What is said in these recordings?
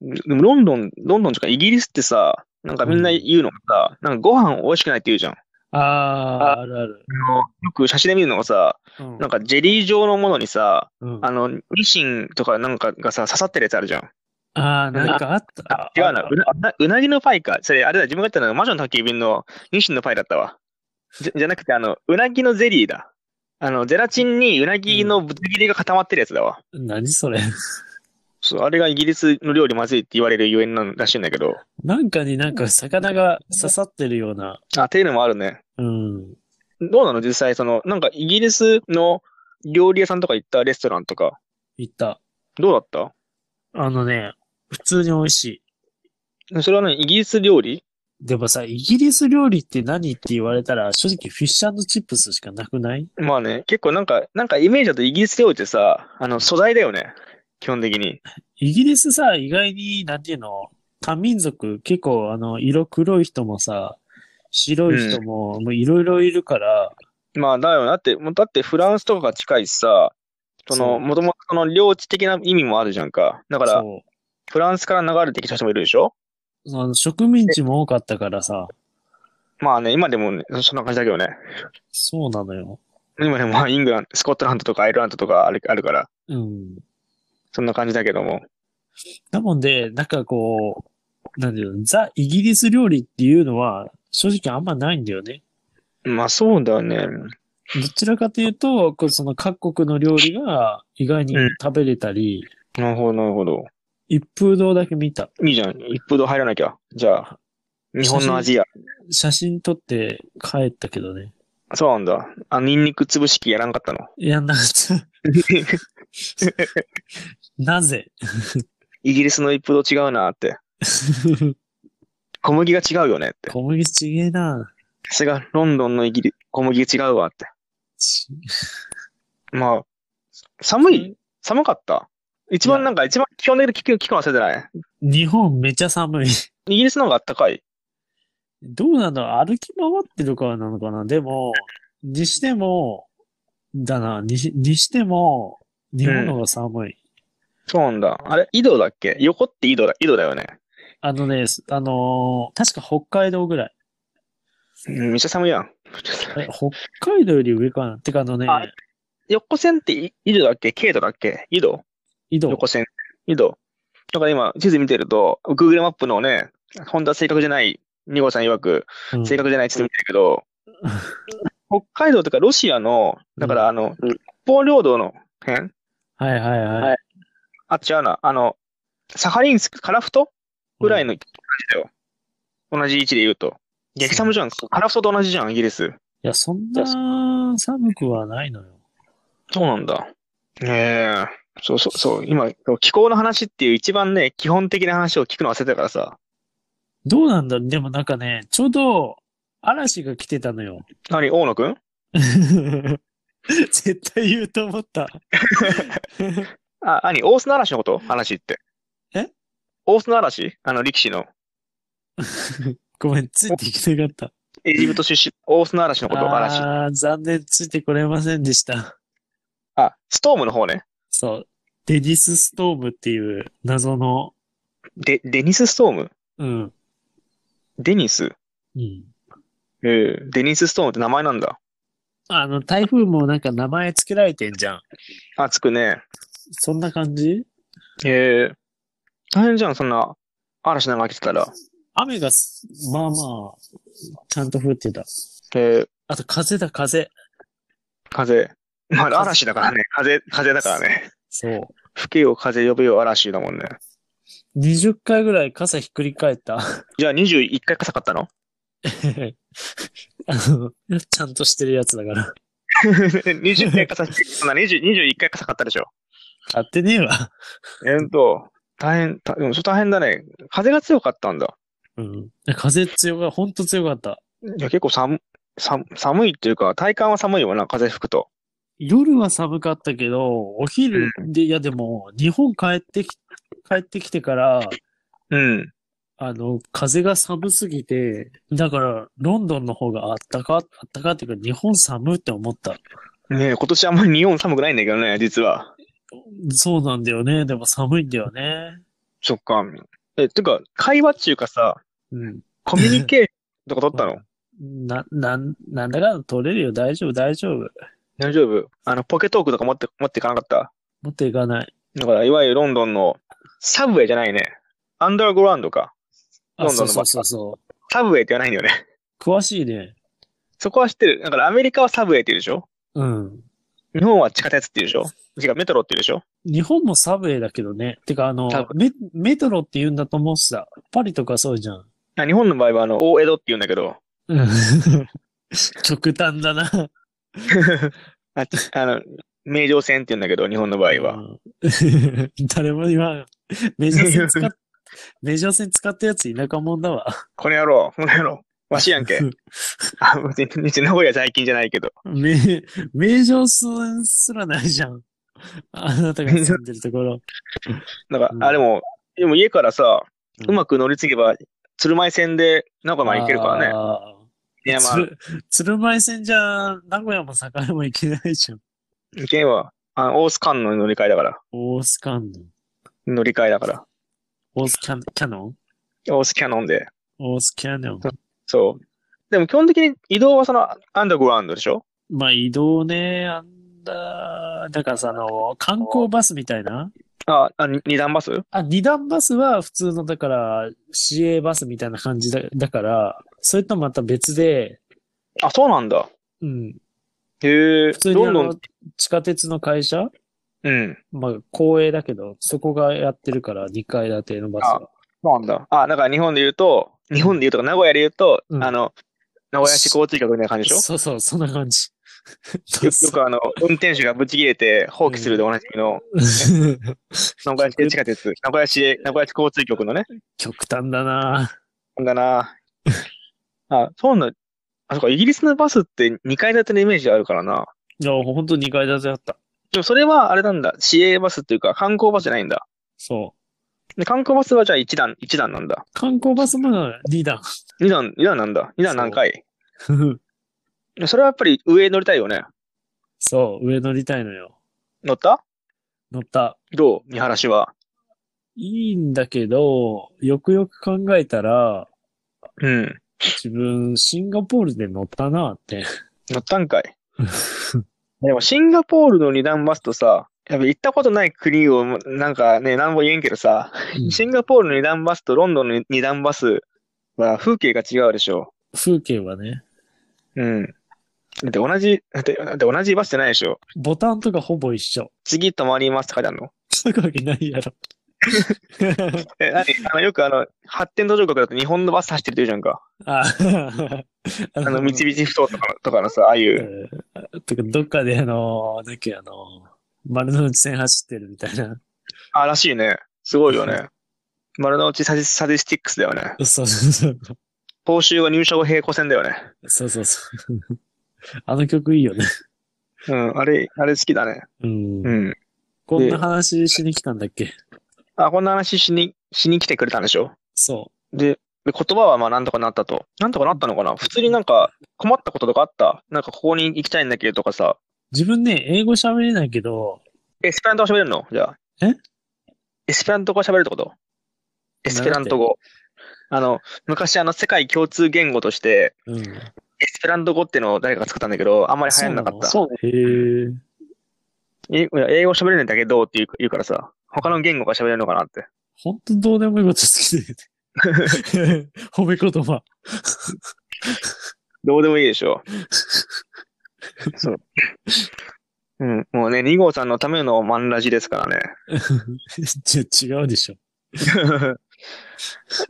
でもロンドン、ロンドンとかイギリスってさ、なんかみんな言うのがさ、なんかご飯美味しくないって言うじゃん。ああ、あるある。あのよく写真で見るのがさ、うんなんかジェリー状のものにさ、うんあの、ニシンとかなんかがさ、刺さってるやつあるじゃん。あー、なんかあった。違うな、うなうなうなぎのパイか。それ、あれだ、自分が言ったのは魔女の宅急便のニシンのパイだったわ。じゃじゃなくて、あの、うなぎのゼリーだ。あの、ゼラチンにうなぎのぶつ切りが固まってるやつだわ。何それ。そう、あれがイギリスの料理まずいって言われるゆえんなんらしいんだけど。なんかになんか魚が刺さってるような。あ、っていうのもあるね。うん。どうなの実際、その、なんかイギリスの料理屋さんとか行ったレストランとか、いった。どうだっあのね、普通に美味しい。たそれはね、イギリス料理でもさ、イギリス料理って何って言われたら、正直フィッシュチップスしかなくないまあね、結構なんか、なんかイメージだとイギリス料理ってさ、あの、素材だよね。基本的に。イギリスさ、意外に、なんていうの、多民族、結構、あの、色黒い人もさ、白い人も、もういろいろいるから、まあ、だよな。だって、もうだってフランスとかが近いしさ、そそうの、もともとその領地的な意味もあるじゃんか。だから、そフランスから流れてきた人もいるでしょう。あの植民地も多かったからさ、まあね、今でもね、そんな感じだけどね。そうなのよ。今でもまあイングランド、スコットランドとかアイルランドとかある、あるから、うん。そんな感じだけども。なので、なんかこう、なんていうの、ザ・イギリス料理っていうのは、正直あんまないんだよね。まあそうだね。どちらかというと、こうその各国の料理が意外に食べれたり、なるほど、なるほど。一風堂だけ見た。いいじゃん。一風堂入らなきゃ。じゃあ、日本の味や。写真撮って帰ったけどね。そうなんだ。あ、ニンニク潰し器やらんかったの。やんなかった。 なぜ イギリスの一風堂違うなって。小麦が違うよねって。小麦ちげえな。さすが、ロンドンのイギリ小麦が違うわって。ちまあ、寒い寒かった一い番やなんか、一番基本的に聞く、聞くの忘れてない。日本めちゃ寒い。イギリスの方が暖かい。どうなんだろう歩き回ってるからなのかなでも、にしても、だな、にしにしても、日本の方が寒い。そうなんだ。あれ、井戸だっけ横って井戸だ、井戸だよね。あのね、すあのー確か北海道ぐらい。うんめっちゃ寒いやん。え北海道より上かなてかあのね、あ横線ってい井戸だっけ経度だっけ井戸井戸。横線。井戸。だから今、地図見てると、Google マップのね、本当は正確じゃない、二号さん曰く、うん正確じゃない地図見てるけ ど、北海道とかロシアの、だからあの、北方領土の辺はいはいはい。はいあ、違うな、あの、サハリンスク、カラフトぐらいの感じだよ。同じ位置で言うと。激寒じゃん。カラフトと同じじゃん、イギリス。いや、そんな寒くはないのよ。そうなんだ。ええそうそうそう。今、気候の話っていう一番ね、基本的な話を聞くの忘れてたからさ。どうなんだでもなんかね、ちょうど嵐が来てたのよ。 何、大野くん絶対言うと思った。あ、何、大砂嵐のこと話って。え大砂嵐あの、力士の。ごめん、ついていけなかった。エジプト出身、大砂嵐のこと、嵐。あー残念、ついてこれませんでした。あ、ストームの方ね。そう。デニス・ストームっていう謎の、で、デニスストームうん、デニスうん。ええデニスストームって名前なんだ。あの、台風もなんか名前つけられてんじゃん。あ、つくね。そんな感じええ大変じゃん、そんな、嵐なんか来てたら。雨がす、まあまあ、ちゃんと降ってた。ええあと、風だ、風。風。ま風あ、嵐だからね。風、風だからね。そう。吹けよ風呼べよ嵐だもんね。 20回ぐらい傘ひっくり返った。 あじゃあ21回傘買ったの の、ちゃんとしてるやつだから。 ?20 回傘して、そんな20 21回傘買ったでしょ。買ってねえわ。えーっと、大変、たでもちょっと大変だね。風が強かったんだ。うん。風強が、ほんと強かった。いや、結構寒、寒寒いっていうか、体感は寒いよな、風吹くと。夜は寒かったけど、お昼で、いやでも、日本帰ってき、帰ってきてから、うん。あの、風が寒すぎて、だから、ロンドンの方があったか、あったかっていうか、日本寒って思った。ねえ、今年あんまり日本寒くないんだけどね、実は。そうなんだよね。でも寒いんだよね。そっか。え、てか、会話中かさ、うん。コミュニケーションとか取ったのな、なん、なんだかんだ取れるよ。大丈夫、大丈夫。 大丈夫あの、ポケトークとか持って、持っていかなかった持っていかない。だから、いわゆるロンドンの、サブウェイじゃないね。アンダーグラウンドか。あ、どんそどうんそうそうそう。サブウェイって言わないんだよね。詳しいね。そこは知ってる。だから、アメリカはサブウェイって言うでしょうん。日本は地下鉄って言うでしょ違う、メトロって言うでしょ日本もサブウェイだけどね。てか、あの多、分メメトロって言うんだと思ってた。パリとかそうじゃん。あ日本の場合は、あの、大江戸って言うんだけ ど、うん極端だな。ああの、名城線って言うんだけど、日本の場合は。うん。誰も今、メジャー 戦使っ、メジャー戦使ったやつ田舎者だわ。この野郎、この野郎、わしやんけ。あ、別に、別に名古屋最近じゃないけど。 名、名城線すらないじゃん。あなたが住んでるところ。なんかう、んあ、でも、でも家からさ、うんうまく乗り継げば、鶴舞線で名 古屋まで行けるからね。あいや、ー。まあ、鶴鶴舞線じゃ、名古屋も栄も行けないじゃん。行けんわ。あの、大須間の乗り換えだから。オースカンドン。乗り換えだから。オースキャン、キャノン大須キャノンで。オースキャノン。そう。でも基本的に移動はそのアンダーグラウンドでしょまあ移動ね、あんだ、だからさ、あの、観光バスみたいなあ、あに二段バスあ、二段バスは普通の、だから、CA バスみたいな感じだ、だから、それとまた別で、あ、そうなんだ。うん。へえ普通、にロあンドンの、、地下鉄の会社うん。まあ、公営だけど、そこがやってるから、二階建てのバスは。そうなんだ。あ、だから日本で言うと、日本で言うとか名古屋で言うと、うんあの、名古屋市交通局みたいな感じでしょそうそう、そんな感じ。よよくあの、運転手がぶち切れて放棄するでおなじみの、名古屋市地下鉄、名古屋市、名古屋市交通局のね、 極端だななんだな。あ、そうなんだ。あ、そっか、イギリスのバスって2階建てのイメージあるからな。いや、本当二階建てだった。でもそれはあれなんだ。市営バスっていうか、観光バスじゃないんだ。そう。で観光バスはじゃあ1段、一段なんだ。観光バスも二段。 2段、二段なんだ。2段何回それはやっぱり上乗りたいよね。そう、上乗りたいのよ。乗った乗った。どう見晴らしは。いいんだけど、よくよく考えたら、うん。自分、シンガポールで乗ったなって。乗ったんかい。でもシンガポールの2段バスとさ、やっぱ行ったことない国を、なんかね、なんも言えんけどさ、シンガポールの2段バスとロンドンの2段バスは風景が違うでしょ風景はね、う。うん。だって同じ、だってだって同じバスじゃないでしょ。ボタンとかほぼ一緒。次止まりますって書いてあるの書くわけな いやろ。え、何あの、よくあの、発展途上国だと日本のバス走ってるって言うじゃんか。あああの、道々不動とかとかのさ、ああいう。うんてか、どっかであの、だっけ、あの、丸の内線走ってるみたいな。あ、らしいね。すごいよね。丸の内サディサディスティックスだよね。そうそうそう。報酬は入社後平行線だよね。そうそうそう。あの曲いいよね。うん、あれ、あれ好きだね。うん。うん。こんな話しに来たんだっけあ、こんな話しに、しに来てくれたんでしょそで、で言葉はまあなんとかなったと。なんとかなったのかな普通になんか困ったこととかあったなんかここに行きたいんだけどとかさ。う。自分ね、英語喋れないけど、エスペラント語喋れるのじゃあ。えエスペラント語喋れるってことエスペラント語。あの、昔あの世界共通言語として、うん。エスペラント語ってのを誰かが作ったんだけど、あんまり流行んなかった。そうなのへえ。えいや英語喋れないんだけどって言う言うからさ、他の言語が喋れるのかなって。ほんとどうでもいいこと好きで、ね。褒め言葉。どうでもいいでしょう。そう。うん、もうね、二号さんのためのマンラジですからね。ち違うでしょ。い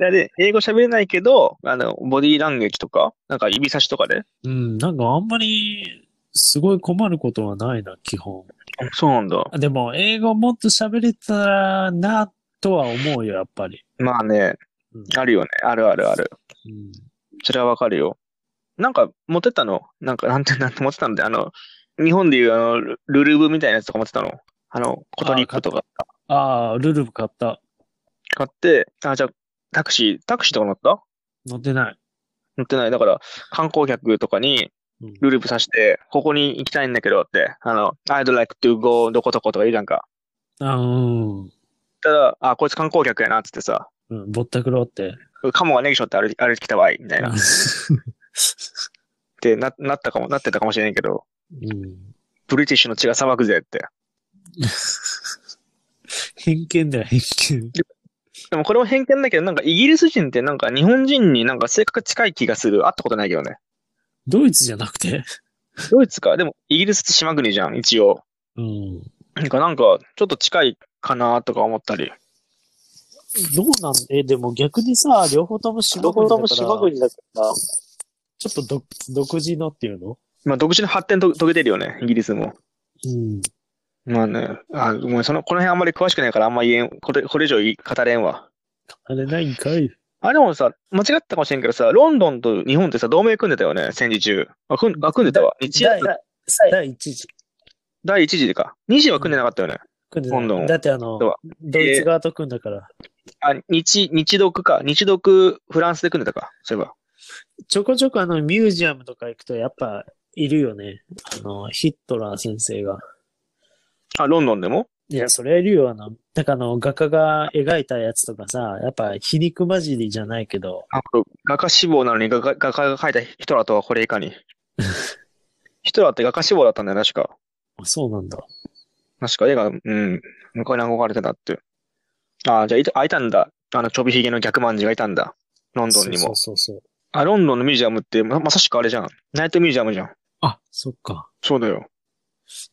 やで、英語喋れないけど、あの、ボディーランゲージとか、なんか指差しとかで。うん、なんかあんまり、すごい困ることはないな、基本。あそうなんだ。あでも、英語もっと喋れたらな、とは思うよ、やっぱり。まあね、うんあるよね。あるあるある。うん、それはわかるよ。なんか、持ってったのなんか、なんて、なんて持ってたんで、あの、日本でいう、あの、ルルルブみたいなやつとか持ってたのあの、コトリップとかああ、ルルブ買った。買って、あ、じゃあ、タクシー、タクシーとか乗った乗ってない。乗ってない。だから、観光客とかにうん、ルルブさして、ここに行きたいんだけどって、あの、I'd like to go どこどことか言うじゃんか。あうん。ただ、あ、こいつ観光客やなっつってさ、うん、ぼったくろうって。カモがネギショって歩いて歩いてきたわい、みたいな。っうてななったかも、なってたかもしれないけど、ん。ブリティッシュの血が騒ぐぜって。偏見だよ、偏見。でもこれも偏見だけど、なんかイギリス人ってなんか日本人になんか性格近い気がする。会ったことないけどね。ドイツじゃなくて。ドイツか。でもイギリスって島国じゃん、一応。うん。なんかなんかちょっと近いかなとか思ったり。どうなんえ、でも逆にさ、両方とも島国だから、だから。ちょっと独独自のっていうのまあ独自の発展と遂げてるよね、イギリスも。うん。まあね、あ、ごめん、その、この辺あんまり詳しくないからあんま言えん、これ、これ以上言い語れんわ。あれないんかい。あ、でもさ、間違ったかもしれんけどさ、ロンドンと日本ってさ、同盟組んでたよね、戦時中。あ、組んあ組んでたわ。日夜第第一次。第1次でか。2次は組んでなかったよね。組んで今度ないだってあのでは、ドイツ側と組んだから。あ、日、日独か。日独、フランスで組んでたか。そういえば。ちょこちょこあのミュージアムとか行くとやっぱいるよね。あの、ヒットラー先生が。あ、ロンドンでもいや、それはいるよ。あの、なんかあの、画家が描いたやつとかさ、やっぱ皮肉混じりじゃないけど、あ、これ画家志望なのに画家画家が描いたヒトラーとはこれいか に。ヒトラーって画家志望だったんだよ、確か。そうなんだ。確か映画、うん、向こうに憧れてたって。あ、じゃあいた、あ、いたんだ。あの、ちょびひげの逆万字がいたんだ。ロンドンにも。そうそうそうそう。あ、ロンドンのミュージアムってま、まさしくあれじゃん。ナイトミュージアムじゃん。あ、そっか。そうだよ。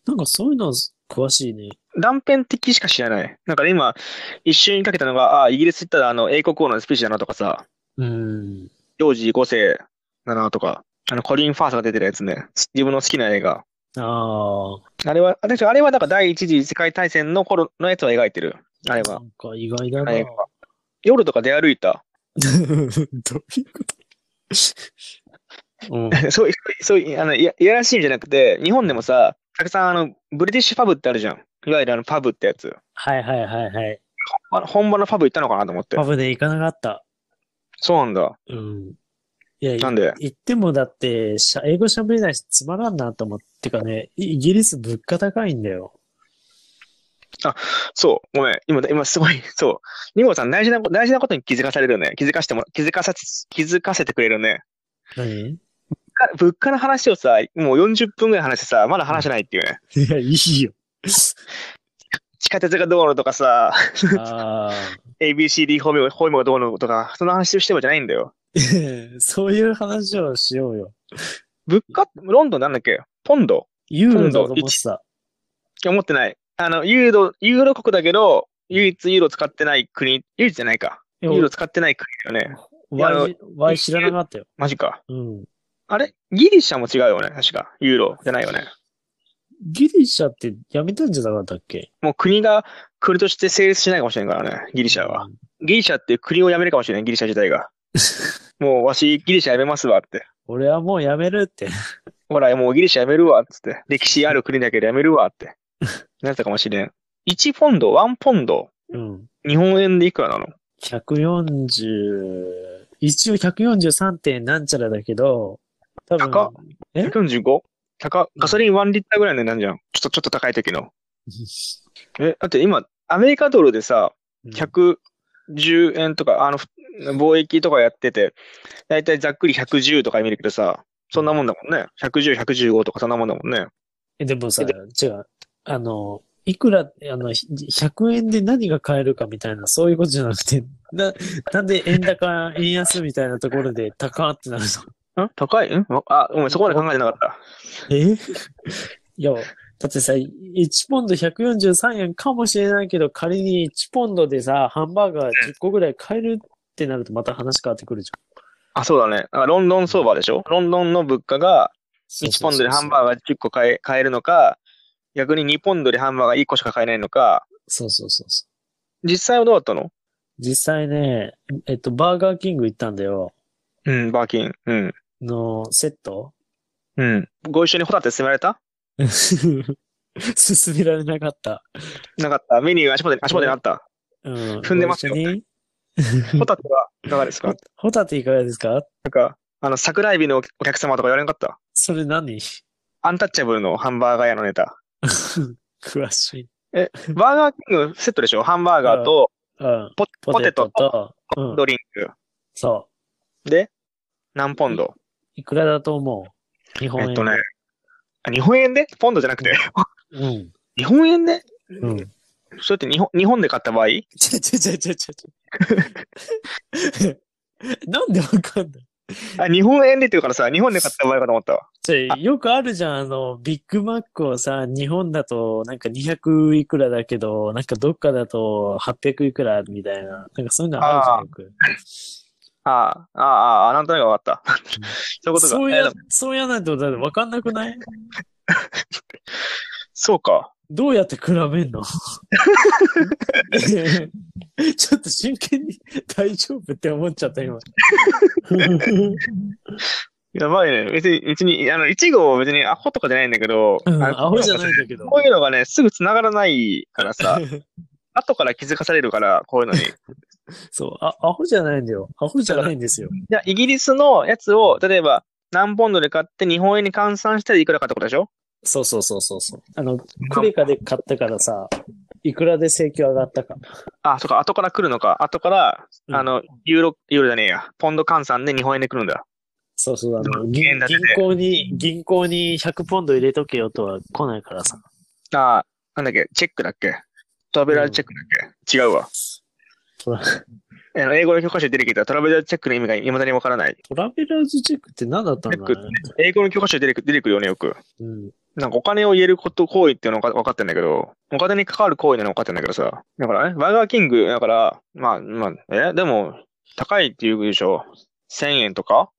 なんかそういうの詳しいね。断片的しか知らない。なんか今、一瞬かけたのが、あ、イギリス行ったらあの英国王のスピーチだなとかさ、うん。ジョージ5世だなとか、あのコリン・ファースが出てるやつね。自分の好きな映画。ああ。あれは、私、あれはだから第一次世界大戦の頃のやつを描いてる。あれなは。んか意外だな。あれは。夜とか出歩いた。 どういうことうん。そういう、そういう、あの、いやいやらしいんじゃなくて、日本でもさ、たくさんあの、ブリティッシュパブってあるじゃん。いわゆるあの、パブってやつ。はいはいはいはい。あの本場のパブ行ったのかなと思ってパ。ブで行かなかった。そうなんだ。うん。いや、なんで行ってもだって、しゃ英語喋れないしつまらんなと思ってかね、イイギリス物価高いんだよ。そう、ごめん。今、今すごい、そう。ニゴさん、大事なこと、大事なことに気づかされるね。気づかしても、気づかさ、気づかせてくれるね。何いか物価の話をさ、もう40分ぐらい話してさ、まだ話せないっていうね。や、いいよ。地下鉄がどうのとかさ、ああ。 ABCD 方面が、方面がどうのとか、その話をしてもじゃないんだよ。 そういう話をしようよ。物価って、ロンドンなんだっけポンドユーロだと思ってた。いや思ってない。あの、ユーロ、ユーロ国だけど、唯一ユーロ使ってない国、唯一じゃないか。ユーロ使ってない国だよね。あの Y、Y 知らなかったよ。マジか。うん。あれギリシャも違うよね、確か。ユーロじゃないよね。ギリシャってやめたんじゃなかったっけもう国が国として成立しないかもしれないからね、ギリシャは。。ギリシャって国を辞めるかもしれない、ギリシャ自体が。もうわし、ギリシャ辞めますわって。俺はもうやめるって。 ほら、もうギリシャ辞めるわっつって。歴史ある国だけど辞めるわって。なったかもしれん。1ポンド、1ポンド。うん。日本円でいくらなの140、一応143点なんちゃらだけど、多分、高っえ ?145? 高、ガソリン1リッターぐらいの値段じゃん。ちょっと、ちょっと高い時の。え、だって今、アメリカドルでさ、うん110円とか、あの、ふ貿易とかやってて、だいたいざっくり110とか見るけどさ、そんなもんだもんね。110、115とかそんなもんだもんね。えでもさ、違う。あの、いくら、あの、ひ100円で何が買えるかみたいな、そういうことじゃなくて、な、なんで円高、円安みたいなところで高ってなるのん高いんわあ、ごめん、そこまで考えてなかった。え いや、だってさ、1ポンド143円かもしれないけど、仮に1ポンドでさ、ハンバーガー10個ぐらい買えるってなるとまた話変わってくるじゃん。あ、そうだね。だからロンドン相場でしょロンドンの物価が1ポンドでハンバーーガー。ガー10個買え買えるのか、逆に2ポンドでハンバーガー1個しか買えないのか、そうそうそうそう。実際はどうだったの実際ね、えっと、バーガーキング行ったんだよ。うん、バーキン。うん。の、セット うん。ご一緒にホタテ勧められた勧められなかった。なかった。メニュー足元に、足元にあった。うん。踏んでますよご一緒にホタテはいかがですかホホタテいかがですかなんか、あの、桜エビのお客様とか言われなかったそれ何アンタッチャブルのハンバーガー屋のネタ。詳しい。バーガーキングセットでしょハンバーガーとうん。ポポテトとと、うん。ドリンク。そで、何ポンドう。いくらだと思う日本円。えっとね。あ日本円でポンドじゃなくて。 うん。日本円でうん。それって日本日本で買った場合ちょちょちょちょちょちょ。なんでわかんないあ、日本円でって言うからさ、日本で買った場合かと思ったわ。それよくあるじゃん、あの、ビッグマックをさ、日本だとなんか200いくらだけど、なんかどっかだと800いくらみたいな、なんかそういうのあるじゃんあーよく。ああ、ああ、ああ、なんとなく分かった。そういうことか。そうえーやでも、そうやないとだってわかんなくないそうか。どうやって比べんのちょっと真剣に大丈夫って思っちゃった 今。やばいね。別に、別に、あの、一号は別にアホとかじゃないんだけど、うん、あアのホじゃないんだけど。 こういうのがね、すぐ繋がらないからさ、後から気づかされるから、こういう のに。いそう、あ、アホじゃないんだよ。アホじゃないんですよ。や、イギリスのやつを、例えば、何ポンドで買って日本円に換算したらいくらかってことでしょそうそうそうそうそう。あの、クレカで買ったからさ、いくらで請求上がったか。あ、そうか、後から来るのか。後から、うんあの、ユーロ、ユーロじゃねえや。ポンド換算で日本円で来るんだ。そうそう、あの、うん銀円建て銀で行に、銀行に100ポンド入れとけよとは来ないからさ。あ、なんだっけ、チェックだっけトラベラーチェックだっけ、違うわ。トラ あの英語の教科書に出てきたトラベラーチェックの意味が未だにわからない。トラベラーズチェックって何だったんだろうね。英語の教科書に出てく出てくるよね、よく。うん。なんかお金を入れること、行為っていうのが分かってんだけど、お金に関わる行為なの分かってんだけどさ。だからね、バーガーキング、だから、まあ、まあ、え、でも、高いって言うでしょ。1000円とか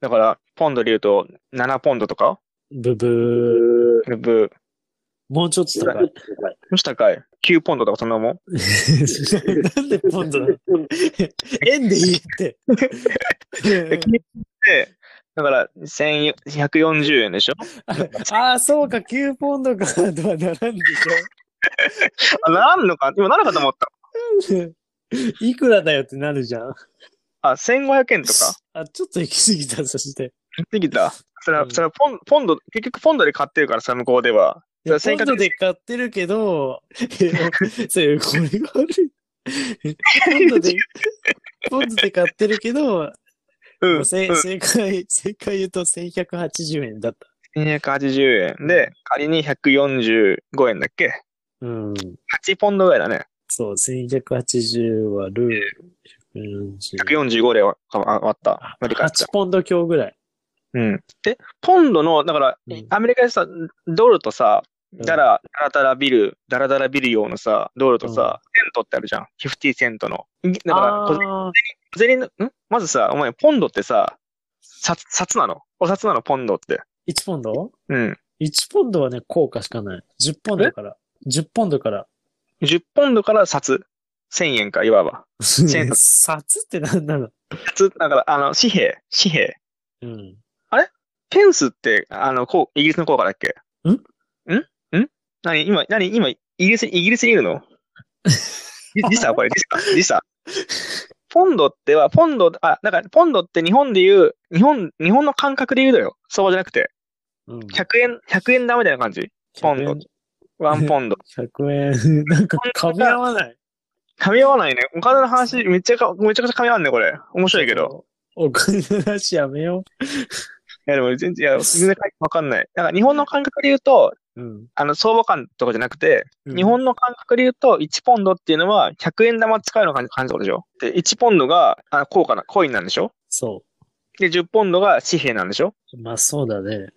だから、ポンドで言うと、7ポンドとかブブブブー。もうちょっと高い。ー。もし高い。9ポンドとかそんなもんなんでポンドなの円でいい って。で、だから、1140円でしょああ、そうか、9ポンドか、とはならんであ、なんのか今なるかと思った。しょ。 いくらだよってなるじゃん。あ、1500円とか。あ、ちょっと行き過ぎた、そして。できた。それはう、んそれはポン、ポンド、結局ポンドで買ってるからさ、向こうでは。いやそポれンドで買ってるけ ど、えそれ、これが悪い。ポンド で、ポンドで買ってるけど、うん。うんせ正解、正解言うと1180円だった。 1280円で、仮に145円だっけうん。 ?8 ポンドぐらいだね。そう、1180割る140。 145で割った。割り勘した8。ポンド強ぐらい。うん。で、ポンドの、だからうん、アメリカでさ、ドルとさ、だうんら、だらだらビル、だらだらビル用のさ、ドルとさ、セントってあるじゃん。50セントの。だから、小あー銭の、んまずさ、お前、ポンドってさ、札、札なのお札なのポンドって。 1ポンドうん。 ?1 ポンドはね、効果しかない。10ポンドから。10ポンドから。 10ポンドから札。1000円か、いわば。札ンドって何なの札、だから、あの、紙幣、紙幣。うん。ペンスって、あの、こう、イギリスの効果だっけんんん何今、何今、イギリス、イギリスにいる の時時差これ、時差時差ポンドっては、ポンド、あ、だから、ポンドって日本で言う、日本、日本の感覚で言うのよ。相場じゃなくて。うん100円、100円玉みたいな感じ。ポンド。ワンポンド。 100円。 なんか噛み合わない。噛み合わないね。お金の話、めっちゃか、めちゃくちゃ噛み合わんね、これ。面白いけど。。お金の話やめよいや、でも全然、いや、全然わかんない。だから、日本の感覚で言うと、う。うん。あの、相場感とかじゃなくて、うん日本の感覚で言うと、1ポンドっていうのは100円玉使うような感じ感じのことでしょで、1ポンドがあ高価な、コインなんでしょそで、10ポンドが紙幣なんでしょう。まあそうだね。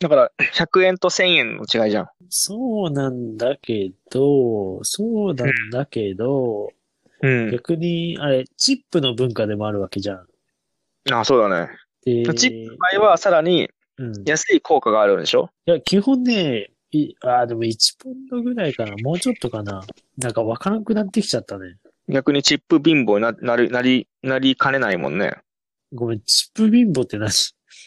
だから、100円と1000円の違いじゃん。そうなんだけど、そうなんだけど、うん。逆に、あれ、チップの文化でもあるわけじゃん。ああ、そうだね。で、チップの場合は、さらにうん。い安い効果があるんでしょや、基本ね、いあーでも1ポンドぐらいかな。もうちょっとかな。なんかわからなくなってきちゃったね。逆にチップ貧乏にななる、なり、なりかねないもんね。ごめん、チップ貧乏って何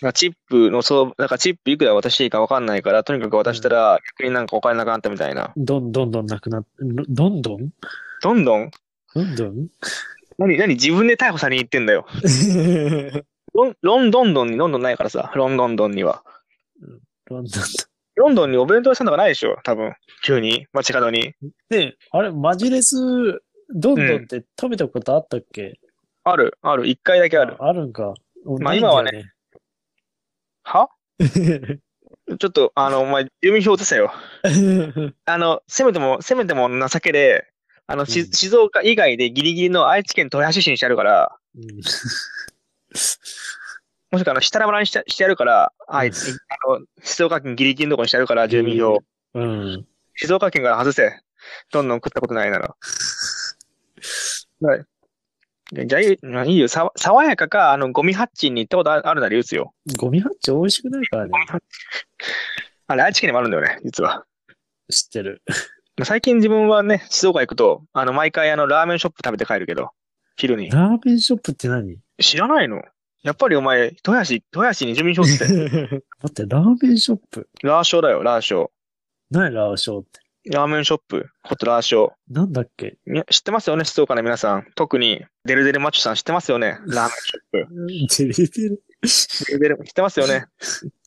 まあチップの相場、なんかチップいくら渡していいか分かんないから、とにかく渡したら、逆になんかお金なくなったみたいな。どんどんどんなくなっ、どんどどんんどんどんど ん何、何自分で逮捕されに行ってんだよ。ロン、ロンドンドンにロンドンないからさ、ロンドンドンには。どんどんロンドンにお弁当屋さんとかないでしょ、多分。急に、街角に。で、あれ、マジレスロンドンって食べたことあったっけ、ある、ある、一回だけある。あるんか。まあ今はね。はちょっと、あの、お前、住民票移せよ。あの、せめても、せめても情けで、あの、しうん静岡以外でギリギリの愛知県豊橋市にしてあるから、うんもしくはあの、設楽村にしてしてあるから、あうんいつ、あの、静岡県ギリギリのとこにしてあるから、住民票。うん。静岡県から外せ。どんどん食ったことないなら。はい。じゃあいいまあいいよ。さわ爽やかか、あの、ゴミハッチンに行ったことああるなら言うつよ。ゴミハッチ美味しくないからね。あれ、愛知県にもあるんだよね、実は。知ってる。まあ最近自分はね、静岡行くと、あの、毎回あの、ラーメンショップ食べて帰るけど、昼に。ラーメンショップっ て何知らないのやっぱりお前、豊橋、豊橋に住民票っつっ待 て。って、ラーメンショップラーショーだよ、ラーショー。何ラーショーって。ラーメンショップ、ことラーショなんだっけ ー。み知ってますよね、静岡の皆さん。特に、デルデルマッチョさん知ってますよね、ラーメンショップ。てれてる。知ってますよね。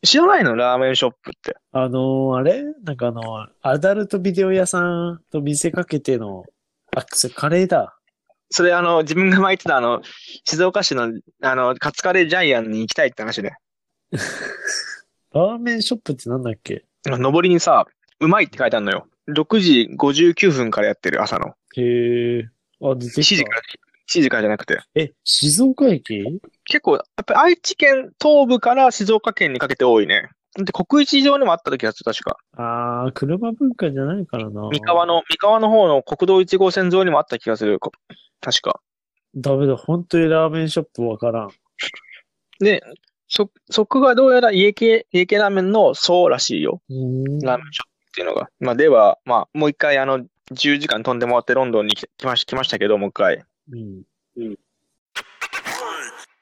知らないのラーメンショップって。あのーあれなんかあのーアダルトビデオ屋さんと見せかけての、あ、それカレーだ。それ、あの、自分が巻いてた、あの、静岡市の、あの、カツカレージャイアンに行きたいって話で。ラーメンショップってなんだっけ上りにさ、うまいって書いてあるのよ。6時59分からやってる、朝の。へえ。あ、出て7き時たから、7時からじゃなくて。え、静岡駅結構、やっぱり愛知県東部から静岡県にかけて多いね。で、国一上にもあった時だった、確か。あー、車文化じゃないからな。三河の、三河の方の国道1号線上にもあった気がする。こ確か。ダメだ、本当にラーメンショップわからん。で、そ、そこがどうやら家系、家系ラーメンの層らしいよ。うーんラーメンショップっていうのが。まあ、では、まあ、もう一回、あの、10時間飛んでもらってロンドンに来来まし来ましたけど、もう一回。うん。